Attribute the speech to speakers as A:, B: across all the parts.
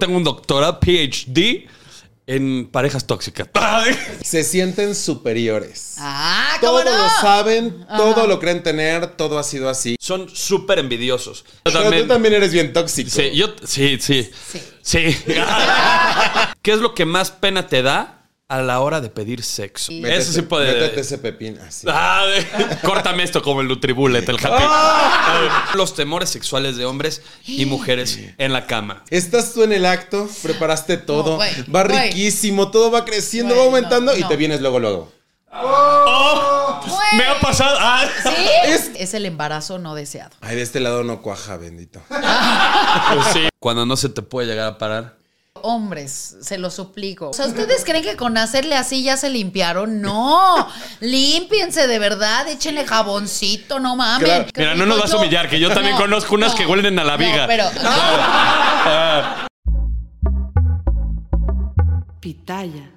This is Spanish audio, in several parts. A: Tengo un doctorado PhD en parejas tóxicas.
B: Se sienten superiores.
C: Ah, ¿cómo
B: todo
C: no?
B: lo saben, todo lo creen tener, todo ha sido así.
A: Son súper envidiosos. Yo
B: Pero tú también eres bien tóxico.
A: Sí, yo, sí, sí.
C: Sí.
A: Sí. ¿Qué es lo que más pena te da a la hora de pedir sexo?
B: Métete-
A: Eso sí puede.
B: Métete ese pepín así.
A: Ah, de- Córtame esto como el Nutribullet, el happy.
B: Ah.
A: Los temores sexuales de hombres y mujeres en la cama.
B: Estás tú en el acto, preparaste todo,
C: No, güey,
B: va
C: güey.
B: riquísimo, todo va creciendo,
C: Güey,
B: va aumentando
C: no,
B: y
C: no.
B: te vienes luego, luego.
C: Güey.
A: Me ha pasado. Ah.
C: ¿Sí?
B: Es-
C: Es, el embarazo no deseado.
B: Ay, de este lado no cuaja, bendito.
A: Pues sí, Cuando no se te puede llegar a parar.
C: Hombres, se lo suplico. O sea, ¿ustedes creen que con hacerle así ya se limpiaron? No. Límpiense de verdad, échenle jaboncito, no mames.
B: Claro.
A: Mira, no nos vas a humillar, que yo también conozco unas que huelen a la viga.
C: No, pero.
D: Pitaya.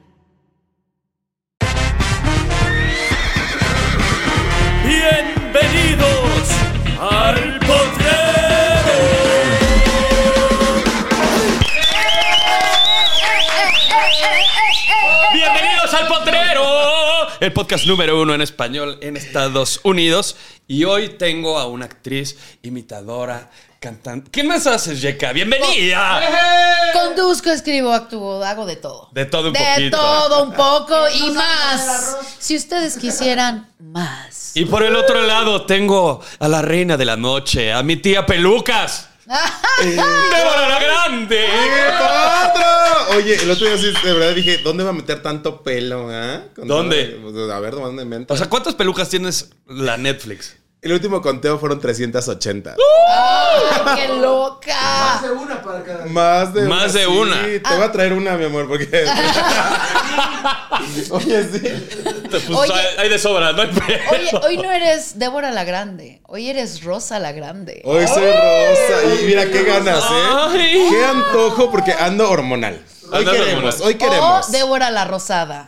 E: Bienvenidos al potrero.
A: Bienvenidos al Potrero, el podcast número uno en español en Estados Unidos. Y hoy tengo a una actriz, imitadora, cantante. ¿Qué más haces, Yeka? ¡Bienvenida!
C: Conduzco, escribo, actúo, hago de todo.
A: De todo un
C: de
A: poquito.
C: todo un poco y más. Si ustedes quisieran más.
A: Y por el otro lado tengo a la reina de la noche, a mi tía Pelucas, Débora la Grande.
B: ¡Otro! Oye, el otro día sí, de verdad dije, ¿dónde va a meter tanto pelo, ah? Con
A: ¿Dónde?
B: todo- pues, a ver, ¿dónde me entra?
A: O sea, ¿cuántas pelucas tienes la Netflix?
B: el último conteo fueron 380.
C: ¡Qué loca!
B: Más de
A: Más de
B: sí.
A: una.
B: Te voy a traer una, mi amor, porque. Oye, sí.
A: Pues
C: Oye.
A: hay, hay de sobra, no hay pedo.
C: Oye, hoy no eres Débora la Grande, hoy eres Rosa la Grande.
B: Hoy soy rosa. Y mira qué ganas, ¿eh?
A: Ay.
B: Qué antojo, porque ando hormonal. Hoy
A: Andas
B: queremos,
A: hormonal.
B: hoy queremos.
C: O Débora la Rosada.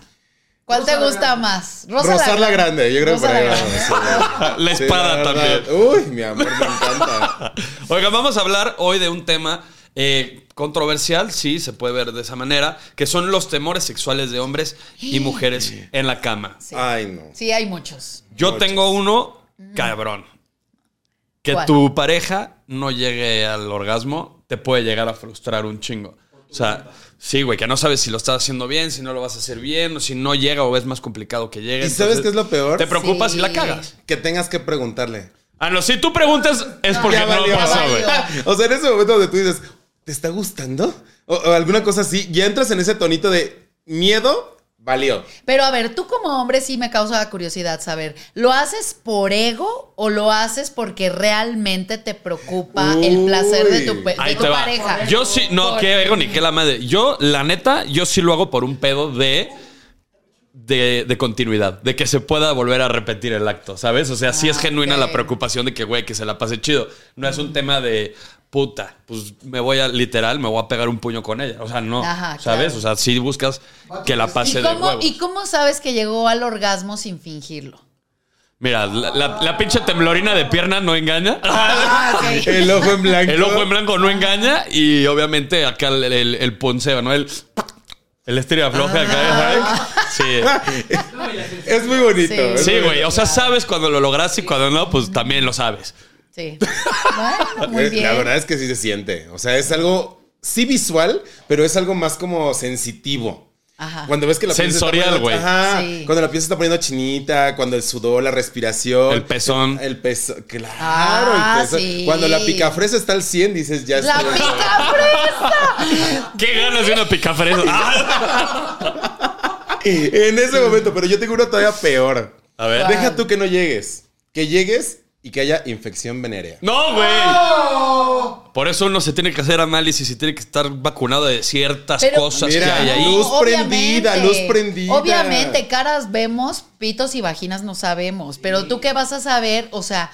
C: ¿Cuál te gusta más? Rosa
B: Rosar la grande, yo creo que
C: Rosa
B: por ahí
C: la
B: vamos.
C: Grande.
B: sí.
A: La
B: Sí,
A: espada
B: verdad.
A: también.
B: Uy, mi amor, me encanta.
A: Oigan, vamos a hablar hoy de un tema eh, controversial, sí, se puede ver de esa manera, que son los temores sexuales de hombres y mujeres en la cama.
B: Ay, no.
C: Sí, hay muchos.
A: Yo tengo uno, cabrón. Que
C: ¿Cuál?
A: tu pareja no llegue al orgasmo te puede llegar a frustrar un chingo. O sea, sí, güey, que no sabes si lo estás haciendo bien, si no lo vas a hacer bien, o si no llega o es más complicado que llegue.
B: ¿Y sabes qué es lo peor?
A: Te preocupas
C: Sí.
A: y la cagas.
B: Que tengas que preguntarle.
A: Ah, no, si tú preguntas es porque
B: Ya
A: no
B: valió.
A: pasó, güey.
B: O sea, en ese momento donde tú dices, ¿te está gustando? O, o alguna cosa así, ya entras en ese tonito de miedo, valió.
C: Pero a ver, tú como hombre sí me causa curiosidad saber, ¿lo haces por ego o lo haces porque realmente te preocupa el placer de tu, pe- de
A: Ahí
C: tu
A: te va.
C: pareja?
A: Yo sí, no,
C: Por-
A: qué ego ni qué la madre. Yo, la neta, yo sí lo hago por un pedo de, de, de continuidad, de que se pueda volver a repetir el acto, ¿sabes? O sea, sí es genuina
C: Ah, ok.
A: la preocupación de que, güey, que se la pase chido. No es un tema de puta, pues me voy a literal, me voy a pegar un puño con ella. O sea, no,
C: Ajá,
A: ¿sabes?
C: claro.
A: O sea, sí buscas que la
C: ¿Y
A: pase de
C: cómo,
A: huevo.
C: ¿Y cómo sabes que llegó al orgasmo sin fingirlo?
A: Mira, la, la- la pinche temblorina de pierna no engaña.
B: Ah, El ojo en blanco.
A: El ojo en blanco
C: ah.
A: no engaña y obviamente acá el, el, el ponceo, ¿no? El, el estira floja
C: Ah.
A: acá, ¿sabes?
B: Es muy bonito.
C: Sí.
A: Sí.
B: es
A: Sí,
B: muy
A: güey. O sea, sabes cuando lo logras y cuando no, pues también lo sabes.
C: Sí. Bueno, muy
B: Eh,
C: bien.
B: La verdad es que sí se siente. O sea, es algo, sí visual, pero es algo más como sensitivo.
C: Ajá.
B: Cuando ves que la piel se está
A: Sensorial,
B: poniendo-
A: güey.
B: Ajá.
C: Ah. Sí.
B: Cuando la piel se está poniendo chinita, cuando el sudor, la respiración.
A: El pezón.
B: El pezón. Claro,
C: Ah,
B: el pezón.
C: sí.
B: Cuando la picafresa está al 100, dices ya
C: ¡La
B: estoy-
C: pica
A: ¿Qué ganas de una picafresa? Ah,
B: En ese momento, pero yo tengo una todavía peor.
A: A ver.
B: Deja tú que no llegues. Que llegues y que haya infección venérea.
A: ¡No, güey! Por eso uno se tiene que hacer análisis y tiene que estar vacunado de ciertas
C: Pero-
A: cosas que
B: Mira,
A: hay ahí.
B: luz
C: obviamente.
B: prendida, luz prendida.
C: Obviamente, caras vemos, pitos y vaginas no sabemos. Pero tú qué vas a saber, o sea,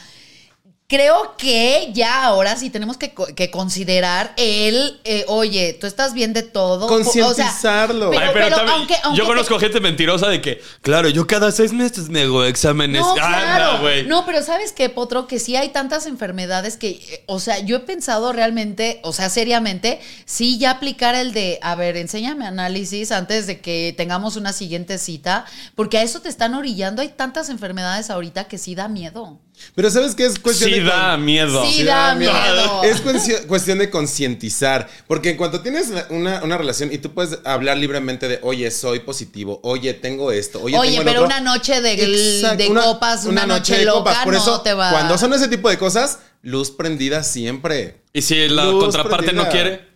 C: creo que ya ahora sí tenemos que, co- que considerar el, eh, oye, tú estás bien de todo. O sea,
B: Concientizarlo.
C: pero-
A: Ay, pero también-
C: aunque- aunque
A: yo
C: te-
A: conozco gente mentirosa de que, claro, yo cada seis meses me hago exámenes.
C: No,
A: Anda,
C: claro.
A: güey.
C: No, pero ¿sabes qué, Potro? Que sí hay tantas enfermedades que, eh, o sea, yo he pensado realmente, o sea, seriamente, sí ya aplicar el de, a ver, enséñame análisis antes de que tengamos una siguiente cita, porque a eso te están orillando. Hay tantas enfermedades ahorita que sí da miedo.
B: Pero ¿sabes qué es cuestión
A: sí
B: de...
A: da miedo.
C: Sí,
B: da
C: da
B: miedo.
C: miedo.
B: Es cuenci- cuestión de concientizar, porque en cuanto tienes la- una, una relación y tú puedes hablar libremente de, oye, soy positivo, oye, tengo esto, oye,
C: Oye,
B: tengo el
C: pero
B: otro".
C: una noche de,
B: Exacto,
C: de copas, una, noche,
B: de
C: loca,
B: copas. Por
C: no
B: eso,
C: te va.
B: Cuando son ese tipo de cosas, luz prendida siempre.
A: Y si la
B: Luz
A: contraparte no
B: prendida.
A: quiere,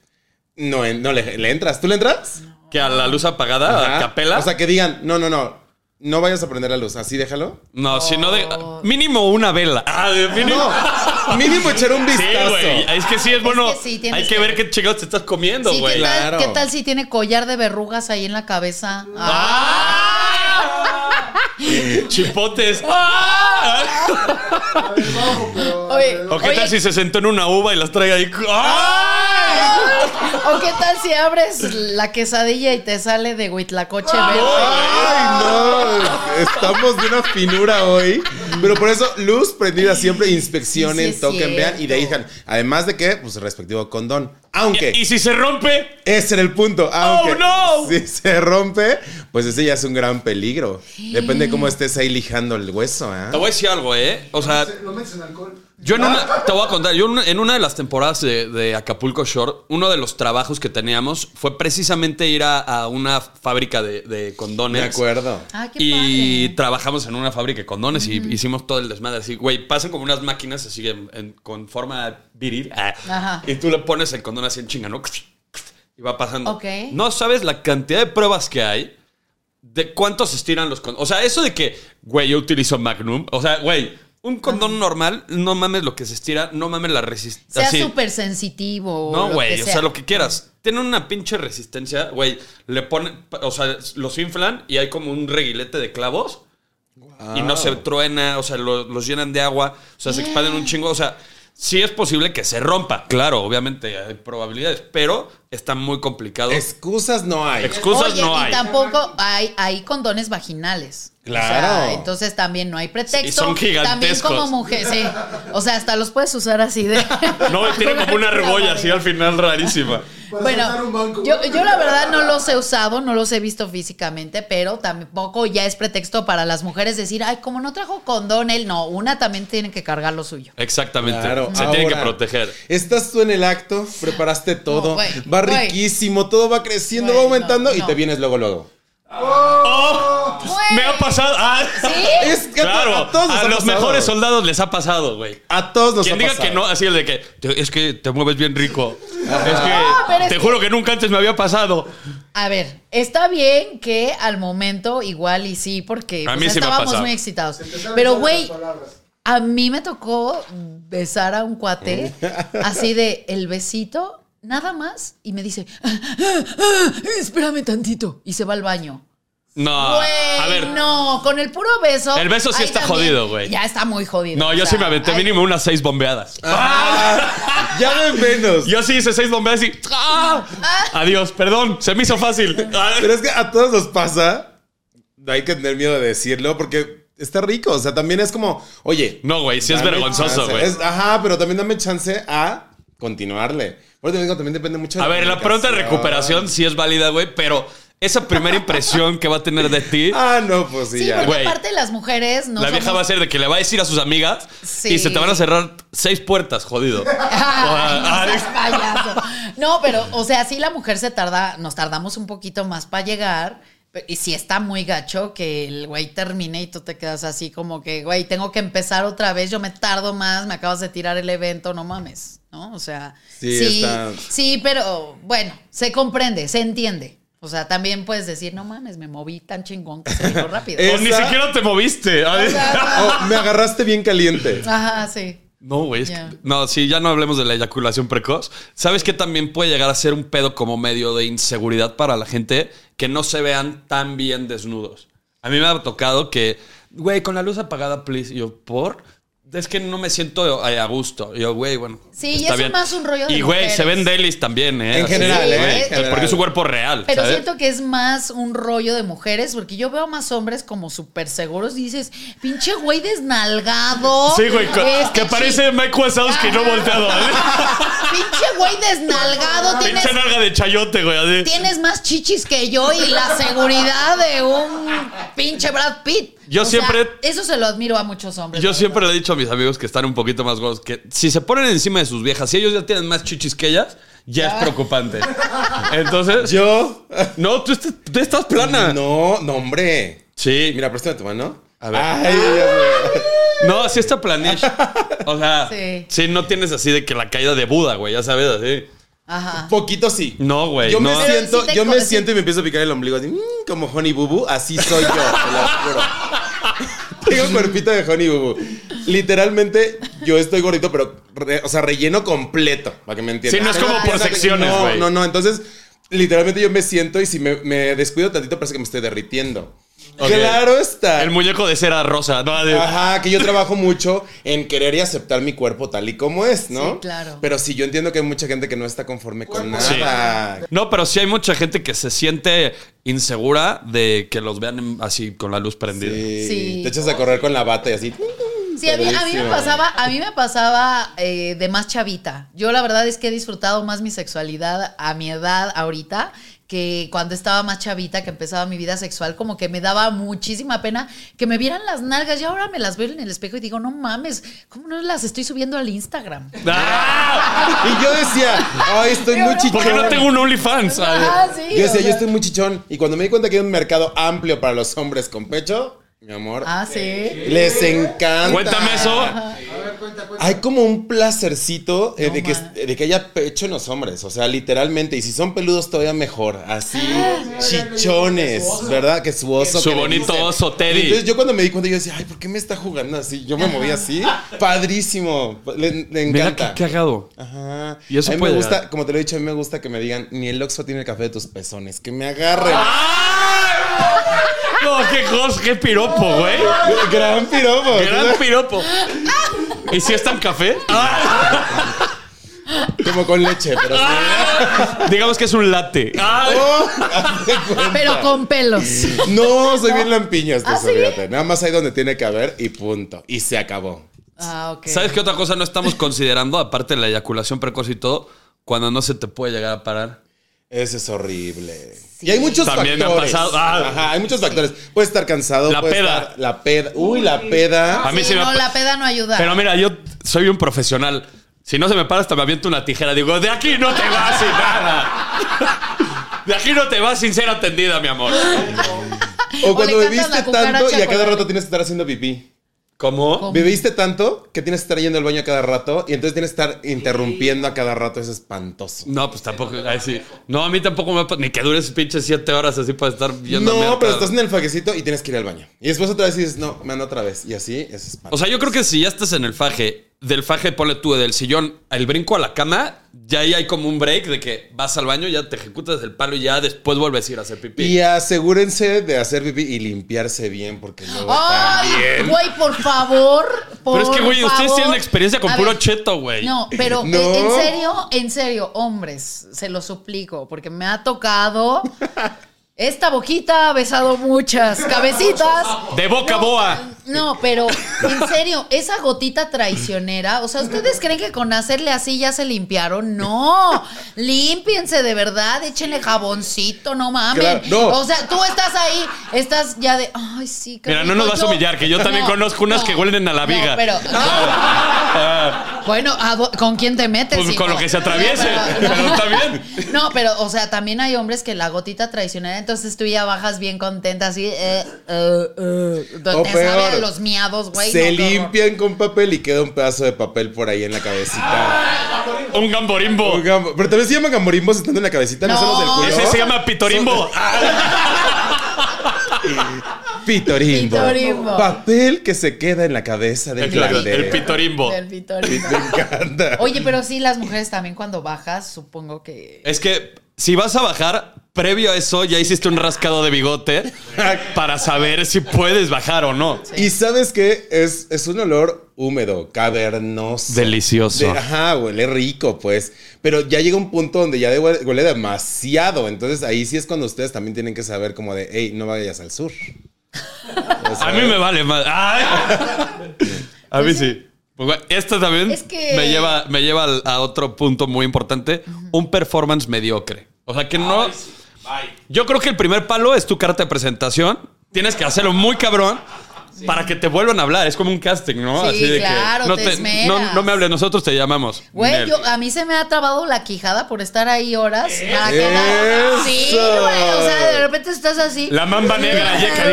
B: No, en- no le, le entras. ¿Tú le entras?
A: que a la luz apagada,
B: Ajá.
A: Ah, a capela.
B: O sea, que digan, no, no, no, no vayas a prender la luz, así déjalo.
A: no, si no de.
C: Oh.
A: Mínimo una vela. Ah, de mínimo.
B: No, mínimo echar un
A: Sí,
B: vistazo.
A: güey. Es que sí, es bueno.
C: que sí, tienes
A: hay que,
C: que-
A: ver qué chingados te estás comiendo,
C: Sí, ¿qué,
A: güey.
C: tal,
B: Claro.
C: qué tal si tiene collar de verrugas ahí en la cabeza? Ah.
A: ¡Ah! Chipotes. ¡Ah!
C: Oye,
A: ¿O qué
C: oye,
A: tal si se sentó en una uva y las trae ahí? ¡Ah!
C: ¿O qué tal si abres la quesadilla y te sale de Huitlacoche
A: Ah.
C: verde?
B: Ay,
C: Ah.
B: no. Estamos de una finura hoy. Pero por eso, luz prendida siempre, inspeccionen,
C: Sí, sí es
B: toquen, vean y de ahí
C: cierto.
B: digan. Además de que, pues respectivo condón. Aunque.
A: ¿Y, y si se rompe?
B: Ese era el punto. Aunque
A: no.
B: si se rompe, pues ese ya es un gran peligro. Depende de cómo estés ahí lijando el hueso, ¿eh?
A: Te voy a decir algo, ¿eh? O sea,
D: No mencioné alcohol. Ah.
A: yo en una, te voy a contar, yo en una- en una de las temporadas de, de Acapulco Shore, uno de los trabajos que teníamos fue precisamente ir a, a una fábrica de, de
B: Me
A: condones.
B: acuerdo.
C: Ay, Ah, qué
A: y
C: padre.
A: trabajamos en una fábrica de condones y hicimos todo el desmadre así, güey, pasan como unas máquinas así en- en- con forma viril ah,
C: Ajá.
A: y tú le pones el condón así en chinga, ¿no? Y va pasando.
C: Ok.
A: No sabes la cantidad de pruebas que hay de cuántos estiran los condones. O sea, eso de que, güey, yo utilizo Magnum. O sea, güey, un condón normal, no mames lo que se estira, no mames la resistencia.
C: Sea súper sensitivo.
A: No,
C: lo
A: güey,
C: que
A: o sea, lo que quieras. Tiene una pinche resistencia, güey. Le ponen, o sea, los inflan y hay como un reguilete de clavos. Y no
B: Oh.
A: se truena, o sea, lo- los llenan de agua, o sea, se expanden un chingo. O sea, sí es posible que se rompa, claro, obviamente hay probabilidades, pero está muy complicado.
B: Ah. Excusas no hay.
A: Excusas
C: Oye,
A: no
C: y
A: hay.
C: tampoco hay, hay condones vaginales. O sea,
B: Claro.
C: entonces también no hay pretexto.
A: Y son gigantescos.
C: También como mujer, sí. O sea, hasta los puedes usar así de.
A: No, tiene como una argolla así al final rarísima.
D: Para saltar un
C: Bueno,
D: banco.
C: yo, yo la verdad no los he usado, no los he visto físicamente, pero tampoco ya es pretexto para las mujeres decir, ay, como no trajo condón él, no, una también tiene que cargar lo suyo.
A: Exactamente.
B: Claro,
A: se tiene que
B: ahora,
A: proteger.
B: Estás tú en el acto, preparaste todo,
C: güey,
B: va
C: güey.
B: riquísimo, todo va creciendo, va
C: Güey,
B: aumentando
C: no,
B: y
C: no.
B: te vienes luego, luego.
A: ¡Oh! Me ha pasado. Ah.
C: ¿Sí?
B: Es que
A: claro,
B: a todos nos
A: a
B: ha
A: los
B: pasado.
A: mejores soldados les ha pasado, güey.
B: A todos nos
A: Quien
B: ha
A: diga
B: pasado.
A: que no, así el de que "Te- es que te mueves bien rico. Es que
C: No, pero es
A: te
C: que-
A: juro que nunca antes me había pasado.
C: A ver, está bien que al momento igual y sí, porque
A: A
C: pues,
A: mí sí me ha
C: estábamos
A: pasado.
C: muy excitados.
D: Empezaron
C: Pero,
D: a usar
C: güey,
D: las palabras.
C: a mí me tocó besar a un cuate así de el besito, nada más, y me dice, "Ah, ah, ah, espérame tantito, y se va al baño.
A: No.
C: Güey,
A: a ver.
C: no, con el puro beso.
A: El beso sí
C: ahí
A: está jodido, güey.
C: Ya está muy jodido.
A: No,
C: o
A: yo
C: sea,
A: sí me aventé
C: ahí-
A: mínimo unas seis bombeadas.
B: Ah, ya ven menos.
A: Yo sí hice seis bombeadas y. ¡ah! Adiós, perdón, se me hizo fácil. Ah.
B: Pero es que a todos nos pasa. No hay que tener miedo de decirlo porque está rico. O sea, también es como, oye.
A: No, güey, sí es
B: dame
A: vergonzoso,
B: chance.
A: güey.
B: Es- Ajá, pero también dame chance a continuarle. Por eso te digo, también depende mucho de
A: A ver, la pronta
B: comunicación.
A: recuperación sí es válida, güey, pero esa primera impresión que va a tener de ti.
B: Ah, no, pues sí,
C: Sí,
B: ya.
C: porque
A: Güey.
C: aparte las mujeres no
A: la vieja
C: somos-
A: va a ser de que le va a decir a sus amigas
C: Sí.
A: y se te van a cerrar seis puertas, jodido.
B: Ah,
C: Ay, no,
A: Alex.
C: seas payaso. No, pero, o sea, sí la mujer se tarda, nos tardamos un poquito más para llegar. pe- Y si está muy gacho que el güey termine y tú te quedas así como que, güey, tengo que empezar otra vez, yo me tardo más, me acabas de tirar el evento, no mames, ¿no? O sea,
B: Sí,
C: sí,
B: está-
C: sí, pero bueno, se comprende, se entiende. O sea, también puedes decir, no mames, me moví tan chingón que se me dio rápido.
B: Eh.
A: O ni
B: Esa-
A: siquiera te moviste.
B: Oh, me agarraste bien caliente.
C: Ajá, sí.
A: No, güey. es que-
C: Ya.
A: No, sí, ya no hablemos de la eyaculación precoz. ¿Sabes que también puede llegar a ser un pedo como medio de inseguridad para la gente que no se vean tan bien desnudos? A mí me ha tocado que, güey, con la luz apagada, please. Y yo, ¿por? Es que no me siento eh, a gusto. Y yo, güey, bueno.
C: Sí, y
A: está
C: eso
A: bien.
C: más un rollo de
A: Y, güey, se
C: mujeres.
A: ven delis también, ¿eh?
B: En
A: Así,
B: general,
A: güey,
C: ¿eh? En
A: pues, Porque
B: general.
A: es su cuerpo real.
C: Pero
A: ¿sabes?
C: siento que es más un rollo de mujeres, porque yo veo más hombres como súper seguros y dices, pinche güey desnalgado.
A: Sí, güey, co-
C: este
A: que
C: chi-
A: parece Mike Wazowski no volteado.
C: Pinche güey desnalgado, tienes,
A: Pinche nalga de chayote, güey. así.
C: tienes más chichis que yo y la seguridad de un pinche Brad Pitt.
A: Yo
C: sea,
A: siempre-
C: eso se lo admiro a muchos hombres.
A: Yo
C: la
A: siempre
C: verdad.
A: le he dicho a mis amigos que están un poquito más gordos que si se ponen encima de sus viejas, si ellos ya tienen más chichis que ellas, ya es preocupante. Entonces,
B: Yo.
A: no, tú, estás- tú estás plana.
B: No, no, hombre.
A: Sí, mira.
B: Mira, préstame tu mano.
A: A ver.
B: Ay, Dios mío.
A: No, sí está planish. O sea, sí.
C: Sí.
A: no tienes así de que la caída de Buda, güey, ya sabes, así.
C: Ajá.
B: Poquito sí.
A: No, güey,
B: Yo
A: no.
B: me
C: Pero
B: siento,
C: sí te
B: yo me
C: conocí.
B: siento y me empiezo a picar el ombligo así, mm, como Honey Boo Boo, así soy yo, te lo juro. Tengo cuerpito de Honey Boo Boo. Literalmente, yo estoy gordito, pero, re- o sea, relleno completo, para que me entiendan.
A: Sí, no es
B: Tengo
A: como por
B: piernas que-
A: secciones,
B: No,
A: güey.
B: no, no, entonces, literalmente yo me siento y si me, me descuido tantito parece que me estoy derritiendo.
A: Ok.
B: Claro está.
A: El muñeco de cera rosa, ¿no? Así.
B: Ajá, que yo trabajo mucho en querer y aceptar mi cuerpo tal y como es, ¿no?
C: Sí, claro.
B: Pero sí, yo entiendo que hay mucha gente que no está conforme con
D: Cuerpo.
B: nada.
A: No, pero sí hay mucha gente que se siente insegura de que los vean en- así con la luz prendida.
B: Sí.
C: Sí.
B: Te echas a correr con la bata y así.
C: Sí, a mí, a mí me
B: Padrísimo.
C: pasaba, a mí me pasaba eh, de más chavita. Yo la verdad es que he disfrutado más mi sexualidad a mi edad ahorita que cuando estaba más chavita, que empezaba mi vida sexual, como que me daba muchísima pena que me vieran las nalgas. Y ahora me las veo en el espejo y digo, no mames, ¿cómo no las estoy subiendo al Instagram?
A: ¡Ah!
B: Y yo decía, ay, estoy muy
A: ¿Por qué
B: chichón.
A: no tengo un OnlyFans?
C: Ah, sí,
B: Yo
C: o sea.
B: decía, yo estoy muy chichón. Y cuando me di cuenta que hay un mercado amplio para los hombres con pecho, mi amor,
C: Ah, sí.
B: les encanta.
A: Cuéntame eso.
D: A ver, cuenta, cuenta.
B: Hay como un placercito eh,
C: No
B: de, que,
C: ma-
B: de que haya pecho en los hombres, o sea, literalmente. Y si son peludos, todavía mejor. Así, chichones, ¿verdad? Que su oso.
A: Su
B: que le
A: bonito
B: dicen.
A: oso, Teddy.
B: Y entonces yo cuando me di cuenta, yo decía, ay, ¿por qué me está jugando así? Yo me moví así. Padrísimo. Le, le
A: Mira
B: encanta.
A: qué cagado.
B: Ajá.
A: Y eso
B: a mí
A: puede
B: me gusta,
A: llegar.
B: como te lo he dicho, a mí me gusta que me digan, ni el Oxxo tiene el café de tus pezones, que me agarren.
A: No, qué cos, qué piropo, güey.
B: Gran piropo.
A: Gran piropo. ¿Y si es tan café?
B: Como con leche, pero sí.
A: Digamos que es un latte.
B: Oh, haz de cuenta.
C: Pero con pelos.
B: No, soy bien lampiñas,
C: ¿Ah, sí?
B: fíjate. Nada más ahí donde tiene que haber y punto. Y se acabó.
C: Ah, ok.
A: ¿Sabes qué otra cosa no estamos considerando, aparte de la eyaculación precoz y todo, cuando no se te puede llegar a parar?
B: Eso es horrible. Y hay muchos
A: También me ha
B: factores.
A: pasado. Ah.
B: Ajá, hay muchos factores. Puedes estar cansado.
A: La
B: puedes
A: peda.
B: estar- la peda. Uy, la peda.
A: A mí se me
C: no,
A: ha-
C: la peda no ayuda.
A: Pero mira, yo soy un profesional. Si no se me para, hasta me aviento una tijera. Digo, de aquí no te vas sin nada. De aquí no te vas sin ser atendida, mi amor.
B: O cuando
C: cantas
B: bebiste
C: la
B: tanto
C: cucaracha
B: y a
C: con
B: cada
C: la- Oh.
B: rato tienes que estar haciendo pipí.
A: ¿Cómo?
B: Bebiste tanto que tienes que estar yendo al baño a cada rato y entonces tienes que estar interrumpiendo a cada rato. Es espantoso.
A: No, pues tampoco. ay, sí. No, a mí tampoco me ha pa- Ni que dures pinches siete horas así para estar viendo.
B: No, pero estás en el faguecito y tienes que ir al baño. Y después otra vez dices, no, me ando otra vez. Y así es espantoso.
A: O sea, yo creo que si ya estás en el faje, del faje ponle tú del sillón al brinco a la cama, ya ahí hay como un break de que vas al baño, ya te ejecutas el palo y ya después vuelves a ir a hacer pipí.
B: Y asegúrense de hacer pipí y limpiarse bien porque luego
C: Oh, Ay, güey, por favor. Por
A: Pero es que, güey, ustedes
C: favor.
A: tienen experiencia con
C: A
A: puro
C: ver,
A: cheto, güey.
C: No, pero
B: No.
C: eh, en serio, en serio, hombres, se lo suplico, porque me ha tocado. Esta boquita ha besado muchas cabecitas.
A: De boca
C: No,
A: boa.
C: No, pero en serio, esa gotita traicionera, o sea, ¿ustedes creen que con hacerle así ya se limpiaron? No, límpiense de verdad, échenle jaboncito, no mames.
B: Claro, no.
C: O sea, tú estás ahí, estás ya de, ay, sí, qué
A: Mira, no
C: rico,
A: nos vas a
C: yo-
A: humillar, que yo también conozco unas que huelen a la viga. Ah,
C: No, pero,
B: Ah,
C: bueno, ¿a dó- ¿con quién te metes?
A: Pues, con
C: hijo?
A: lo que se atraviese, pero está bien.
C: No, pero, o sea, también hay hombres que la gotita traicionera, entonces tú ya bajas bien contenta, así. Eh, eh, eh,
B: O
C: te sabe a
B: peor,
C: de
B: claro.
C: los miados, güey.
B: se
C: no, qué horror.
B: limpian con papel y queda un pedazo de papel por ahí en la
A: Ah.
B: cabecita.
A: Un gamborimbo.
B: Un gambo- Pero también se llaman gamborimbos estando en la cabecita, no,
C: No.
B: son los del culo.
A: Ese se llama pitorimbo.
B: Ah, Pitorimbo.
C: Pitorimbo.
B: Papel que se queda en la cabeza del
A: Claro, el,
B: glandero.
A: pitorimbo.
C: Del Vitorino.
B: Me encanta.
C: Oye, pero sí, las mujeres también cuando bajas, supongo que.
A: Es que si vas a bajar, previo a eso ya hiciste un rascado de bigote para saber si puedes bajar o no.
B: Y sabes que es, es un olor húmedo, cavernoso.
A: Delicioso.
B: De- ajá, huele rico, pues. Pero ya llega un punto donde ya de- huele, demasiado. Entonces ahí sí es cuando ustedes también tienen que saber como de, hey, no vayas al sur. O sea,
A: A mí me vale más. Ay. A mí sí. Pues, güey, Esta también
C: Es que-
A: me lleva, me lleva al- a otro punto muy importante. Un performance mediocre. O sea que no. Yo creo que el primer palo es tu carta de presentación. Tienes que hacerlo muy cabrón para que te vuelvan a hablar. Es como un casting, ¿no?
C: Sí,
A: de que
C: claro,
A: no,
C: te esmeras.
A: no, no me hables, nosotros te llamamos.
C: Güey,
A: Nel.
C: yo, a mí se me ha trabado la quijada por estar ahí horas. para quedar-
B: ¡Eso!
C: Sí, güey. O sea, de repente estás así.
A: La mamba negra, Yeka.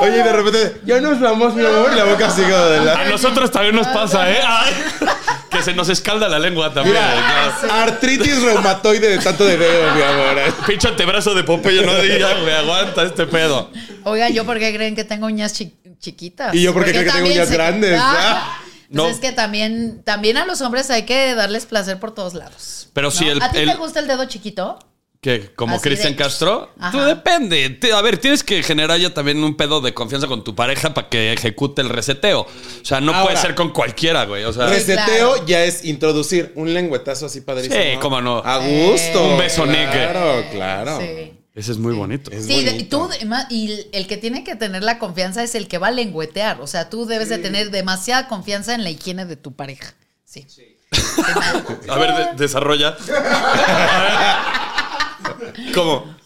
B: Oye, y de repente, ya nos vamos, mi amor. Y la boca sigue de
A: A
B: la...
A: nosotros también nos pasa, ¿eh? Ay. que se nos escalda la lengua también.
B: Mira,
C: Ah,
A: ¿no?
B: artritis reumatoide de tanto de dedo, mi amor.
A: Pinche antebrazo de Popeye, no digas, güey, aguanta este pedo.
C: Oigan, ¿yo por qué creen que tengo uñas chi- chiquitas?
B: Y yo por qué creo que tengo
C: también
B: uñas grandes,
C: Ah, pues
A: No.
C: es que también, también a los hombres hay que darles placer por todos lados.
A: Pero
C: ¿no?
A: si el,
C: ¿A ti
A: el-
C: te gusta el dedo chiquito?
A: ¿Qué? ¿Como
C: Así de-
A: Cristian Castro?
C: Ajá.
A: Tú depende. Te- A ver, tienes que generar ya también un pedo de confianza con tu pareja para que ejecute el reseteo. O sea, no
B: Ahora.
A: puede ser con cualquiera, güey. O sea,
C: Res-
B: Reseteo
C: claro.
B: ya es introducir un lengüetazo así padrísimo.
A: Sí, cómo no.
B: A gusto.
A: Un beso
B: Claro, Oh, claro.
C: Sí.
A: ese es muy bonito.
B: Es
C: Sí, de- y
B: bonito.
C: tú, de- ma- y el que tiene que tener la confianza es el que va a lengüetear. O sea, tú debes de tener demasiada confianza en la higiene de tu pareja. Sí.
A: A ver, de- desarrolla. ¿Cómo?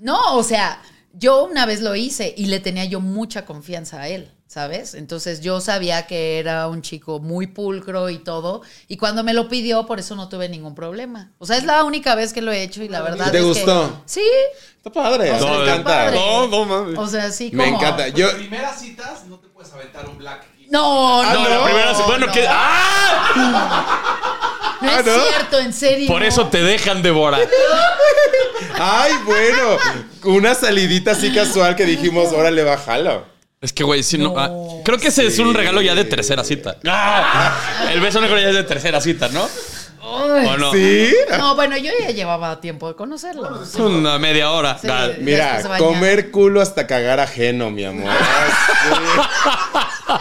C: No, o sea, yo una vez lo hice y le tenía yo mucha confianza a él, ¿sabes? Entonces yo sabía que era un chico muy pulcro y todo. Y cuando me lo pidió, por eso no tuve ningún problema. O sea, es la única vez que lo he hecho y la verdad.
B: ¿Te
C: es que-
B: gustó?
C: sí.
B: Está padre.
C: O sea,
B: me
A: está
B: encanta.
C: padre.
A: No, no mames.
C: O sea, sí.
B: Me
C: como-
B: encanta. Yo,
D: primeras citas no te puedes aventar un black.
C: No,
A: Ah, No,
C: Ah, no.
A: la primera se- Bueno,
C: no.
A: que. ¡Ah!
C: No es
B: Ah, ¿no?
C: cierto, en serio.
A: Por eso te dejan devorar.
B: ay, bueno. Una salidita así casual que dijimos, órale, bájalo.
A: Es que, güey, si no.
C: No.
A: ah, creo que ese es un regalo ya de tercera cita. ¡Ah! El beso negro ya es de tercera cita, ¿no?
C: Ay.
A: ¿O no?
B: ¿Sí?
C: No, bueno, yo ya llevaba tiempo de conocerlo.
A: Una media hora.
C: Sí.
A: Ah,
B: Mira,
C: Después de bañar.
B: comer culo hasta cagar ajeno, mi amor.
C: Ah,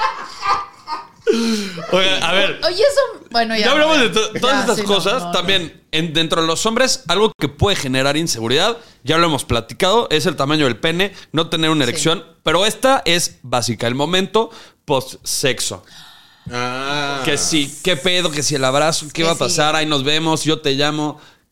A: oiga, a ver,
C: Oye, eso, bueno, ya.
A: ya hablamos de to-
C: Ya,
A: todas estas
C: sí, no,
A: cosas.
C: no, no.
A: También, en- dentro de los hombres, algo que puede generar inseguridad, ya lo hemos platicado, es el tamaño del pene, no tener una
C: Sí.
A: erección. Pero esta es básica, el momento post-sexo.
B: Ah.
A: Que sí, qué pedo, que si el abrazo, qué
C: Que
A: va a
C: sí.
A: pasar, ahí nos vemos, yo te llamo,